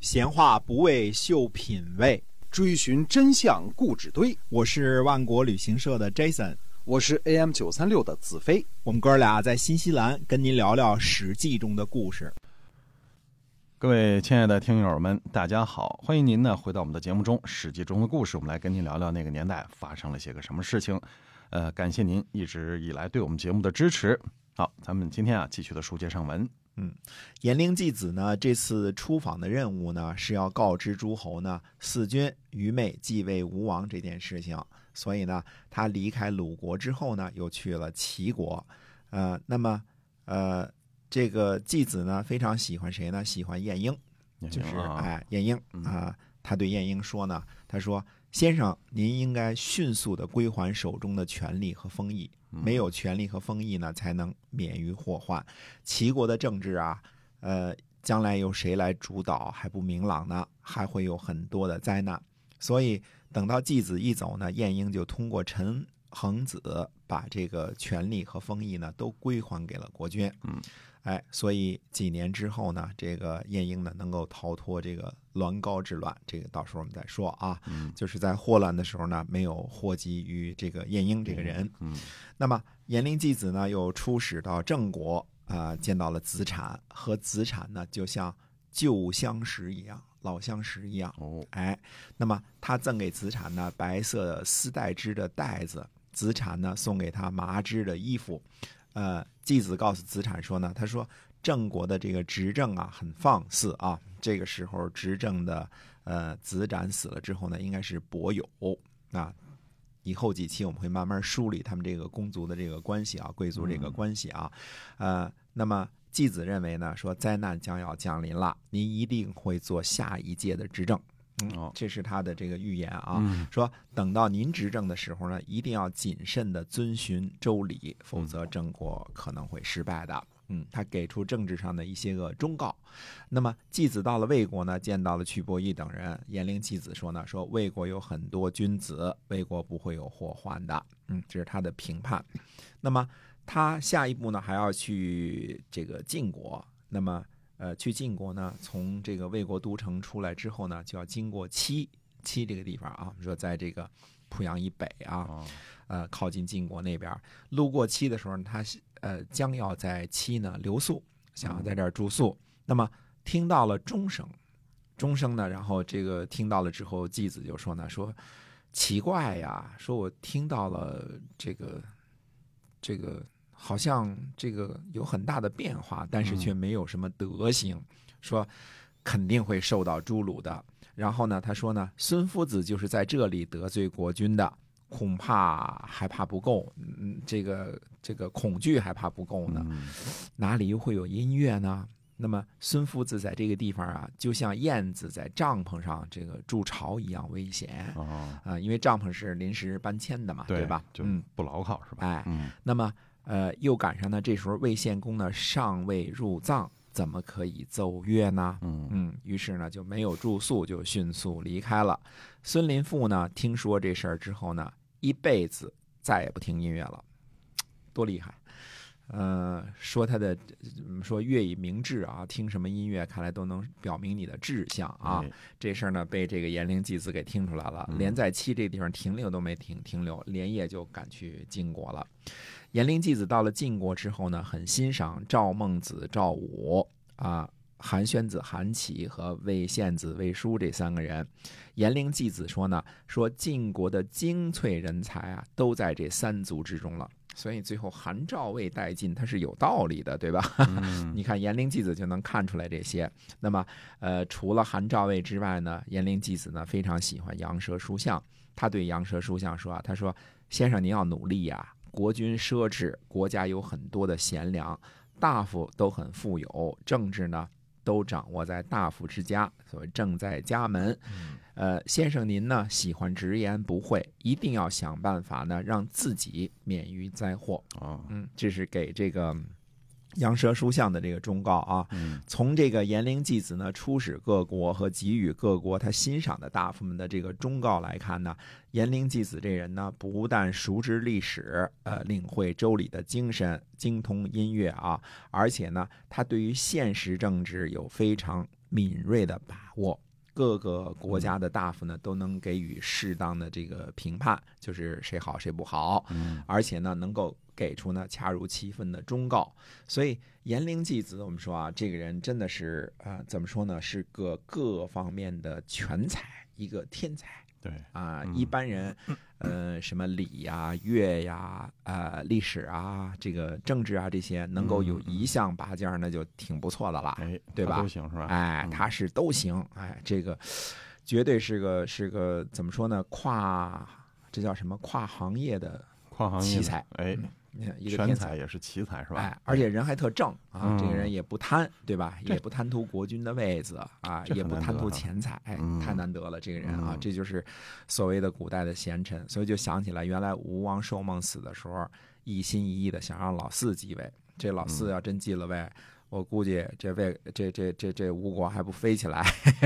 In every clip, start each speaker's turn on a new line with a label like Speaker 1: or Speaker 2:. Speaker 1: 闲话不为秀品味，
Speaker 2: 追寻真相故纸堆。
Speaker 1: 我是万国旅行社的 Jason，
Speaker 2: 我是 AM 九三六的子飞。
Speaker 1: 我们哥俩在新西兰跟您聊聊《史记》中的故事。
Speaker 3: 各位亲爱的听友们，大家好！欢迎您呢回到我们的节目中，《史记》中的故事，我们来跟您聊聊那个年代发生了些个什么事情。呃，感谢您一直以来对我们节目的支持。好，咱们今天啊继续的书接上文。
Speaker 1: 颜陵季子呢，这次出访的任务呢，是要告知诸侯呢，四君愚昧继位吴王这件事情。所以呢，他离开鲁国之后呢，又去了齐国。呃，那么呃，这个季子呢，非常喜欢谁呢？喜欢晏婴，就是
Speaker 3: 啊，
Speaker 1: 哎，晏婴
Speaker 3: 嗯
Speaker 1: 啊，他对晏婴说呢，他说：“先生，您应该迅速的归还手中的权力和封邑。”
Speaker 3: 嗯
Speaker 1: 没有权力和封邑呢，才能免于祸患。齐国的政治啊，呃，将来由谁来主导还不明朗呢，还会有很多的灾难。所以等到季子一走呢，晏婴就通过陈恒子把这个权力和封邑呢都归还给了国君。
Speaker 3: 嗯，
Speaker 1: 哎，所以几年之后呢，这个晏婴呢能够逃脱这个栾高之乱，这个到时候我们再说啊。
Speaker 3: 嗯
Speaker 1: 就是在霍乱的时候呢，没有祸及于这个晏婴这个人。
Speaker 3: 嗯
Speaker 1: 那么颜陵季子呢，又出使到郑国啊、见到了子产，和子产呢就像旧相识一样，老相识一样。
Speaker 3: 哦，
Speaker 1: 哎，那么他赠给子产呢白色丝带织的带子，子产呢送给他麻织的衣服。呃，季子告诉子产说呢，他说郑国的这个执政啊很放肆啊，这个时候执政的呃子产死了之后呢，应该是伯友啊。以后几期我们会慢慢梳理他们这个公族的这个关系啊，贵族这个关系啊，呃，那么季子认为呢，说灾难将要降临了，您一定会做下一届的执政。嗯
Speaker 3: 哦，
Speaker 1: 这是他的这个预言啊，
Speaker 3: 嗯
Speaker 1: 说等到您执政的时候呢，一定要谨慎的遵循周礼，否
Speaker 3: 嗯
Speaker 1: 则郑国可能会失败的。嗯，他给出政治上的一些个忠告。那么季子到了魏国呢，见到了屈伯义等人。颜陵季子说呢，说魏国有很多君子，魏国不会有祸患的。嗯，这是他的评判。那么他下一步呢，还要去这个晋国。那么呃，去晋国呢，从这个魏国都城出来之后呢，就要经过七七这个地方啊，我们说在这个濮阳以北啊，
Speaker 3: 哦
Speaker 1: 呃，靠近晋国那边儿，路过七的时候呢，他是呃将要在七呢留宿，想要在这儿住宿。那么听到了钟声，钟声呢，然后这个听到了之后，季子就说呢，说奇怪呀，说我听到了这个这个好像这个有很大的变化，但是却没有什么德行，说肯定会受到诛戮的。然后呢，他说呢，孙夫子就是在这里得罪国君的，恐怕还怕不够，嗯，这个这个恐惧还怕不够呢，
Speaker 3: 嗯
Speaker 1: 哪里又会有音乐呢？那么孙夫子在这个地方啊，就像燕子在帐篷上这个筑巢一样危险啊、
Speaker 3: 哦，
Speaker 1: 因为帐篷是临时搬迁的嘛，
Speaker 3: 对
Speaker 1: 吧？
Speaker 3: 就
Speaker 1: 嗯，
Speaker 3: 不牢靠是吧？
Speaker 1: 哎，
Speaker 3: 嗯，
Speaker 1: 那么呃，又赶上呢，这时候魏献公呢尚未入葬，怎么可以奏乐呢？
Speaker 3: 嗯
Speaker 1: 嗯，于是呢就没有住宿，就迅速离开了。孙林父呢听说这事儿之后呢，一辈子再也不听音乐了，多厉害！呃，说他的嗯说乐以明志啊，听什么音乐，看来都能表明你的志向啊。，
Speaker 3: 哎
Speaker 1: 这事儿呢被这个颜陵季子给听出来了，
Speaker 3: 嗯
Speaker 1: 连在七这地方停留都没停停留，连夜就赶去晋国了。颜陵季子到了晋国之后呢，很欣赏赵孟子赵武啊、韩宣子韩起和魏献子魏书这三个人。颜陵季子说呢，说晋国的精粹人才啊，都在这三族之中了。所以最后韩赵魏殆尽，它是有道理的，对吧？
Speaker 3: 嗯
Speaker 1: 你看颜陵季子就能看出来这些。那么，呃，除了韩赵魏之外呢，颜陵季子呢非常喜欢杨蛇书相。他对杨蛇书相说啊，他说：“先生您要努力呀、国君奢侈，国家有很多的贤良，大夫都很富有，政治呢都掌握在大夫之家，所谓政在家门。呃，先生您呢喜欢直言不讳，一定要想办法呢让自己免于灾祸。”
Speaker 3: 哦，
Speaker 1: 嗯，这是给这个羊蛇书相的这个忠告啊。
Speaker 3: 嗯
Speaker 1: 从这个颜陵季子呢出使各国和给予各国他欣赏的大夫们的这个忠告来看呢，颜陵季子这人呢不但熟知历史，呃，领会周礼的精神，精通音乐啊，而且呢，他对于现实政治有非常敏锐的把握。各个国家的大夫呢，都能给予适当的这个评判，就是谁好谁不好，
Speaker 3: 嗯
Speaker 1: 而且呢，能够给出呢恰如其分的忠告。所以颜陵季子，我们说啊，这个人真的是啊、呃怎么说呢，是个各方面的全才，一个天才。
Speaker 3: 对，
Speaker 1: 啊，
Speaker 3: 嗯
Speaker 1: 一般人，呃，什么礼呀、乐呀、呃，历史啊，这个政治啊，这些能够有
Speaker 3: 嗯嗯
Speaker 1: 一项拔尖儿，那就挺不错的了。
Speaker 3: 哎，
Speaker 1: 对
Speaker 3: 他
Speaker 1: 吧
Speaker 3: 都行是吧？
Speaker 1: 哎
Speaker 3: 嗯，
Speaker 1: 他是都行，哎，这个绝对是个是个怎么说呢？跨这叫什么？跨行业的
Speaker 3: 跨行业
Speaker 1: 奇
Speaker 3: 的
Speaker 1: 才，
Speaker 3: 哎，
Speaker 1: 你看一个
Speaker 3: 全
Speaker 1: 天
Speaker 3: 才也是奇才是吧？
Speaker 1: 哎，而且人还特正啊，
Speaker 3: 嗯
Speaker 1: 这个人也不贪，对吧？
Speaker 3: 这
Speaker 1: 也不贪图国君的位子啊，
Speaker 3: 这很
Speaker 1: 也不贪
Speaker 3: 难得
Speaker 1: 图
Speaker 3: 啊
Speaker 1: 钱财，哎
Speaker 3: 嗯
Speaker 1: 太难得了。这个人啊
Speaker 3: 嗯，
Speaker 1: 这就是所谓的古代的贤臣。所以就想起来，原来吴王寿梦死的时候，一心一意的想让老四继位。这老四
Speaker 3: 嗯
Speaker 1: 要真继了位，我估计这位这这这这吴国还不飞起来，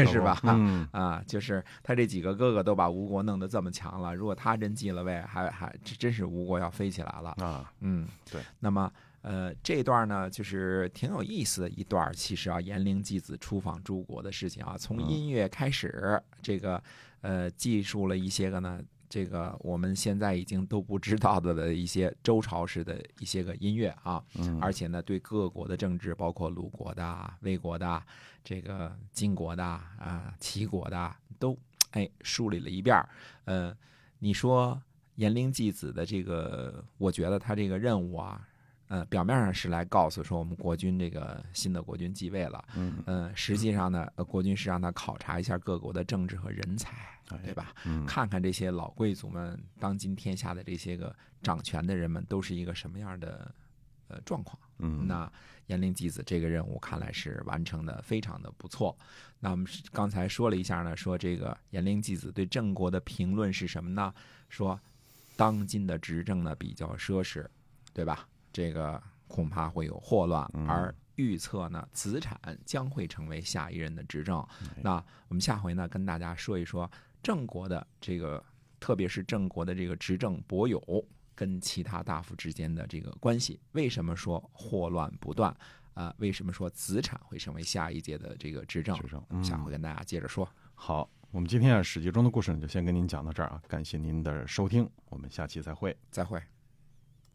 Speaker 1: 是吧？
Speaker 3: 嗯，
Speaker 1: 啊，就是他这几个哥哥都把吴国弄得这么强了，如果他真继了位，还还这真是吴国要飞起来了。
Speaker 3: 啊，
Speaker 1: 嗯，
Speaker 3: 对。
Speaker 1: 那么，呃，这段呢，就是挺有意思的一段儿，其实啊，颜陵季子出访诸国的事情啊，从
Speaker 3: 嗯
Speaker 1: 音乐开始，这个呃，记述了一些个呢，这个我们现在已经都不知道的的一些周朝时的一些个音乐啊，
Speaker 3: 嗯，
Speaker 1: 而且呢，对各国的政治，包括鲁国的啊、魏国的啊、这个晋国的啊啊、齐国的啊，都哎梳理了一遍儿。呃，你说颜陵季子的这个，我觉得他这个任务啊，呃，表面上是来告诉说我们国君这个新的国君继位了，
Speaker 3: 嗯，
Speaker 1: 呃，实际上呢，呃国君是让他考察一下各国的政治和人才，
Speaker 3: 哎
Speaker 1: 对吧？
Speaker 3: 嗯，
Speaker 1: 看看这些老贵族们，当今天下的这些个掌权的人们，都是一个什么样的呃状况。
Speaker 3: 嗯，
Speaker 1: 那颜陵季子这个任务看来是完成的非常的不错。那我们是刚才说了一下呢，说这个颜陵季子对郑国的评论是什么呢？说当今的执政呢比较奢侈，对吧？这个恐怕会有祸乱，
Speaker 3: 嗯
Speaker 1: 而预测呢子产将会成为下一任的执政
Speaker 3: 哎。
Speaker 1: 那我们下回呢跟大家说一说郑国的这个，特别是郑国的这个执政伯友。跟其他大夫之间的这个关系。为什么说祸乱不断？啊、为什么说子产会成为下一届的这个执政？
Speaker 3: 学生，嗯
Speaker 1: 下回跟大家接着说。
Speaker 3: 好，我们今天啊《史记》中的故事呢，就先跟您讲到这儿啊，感谢您的收听，我们下期再会。
Speaker 1: 再会。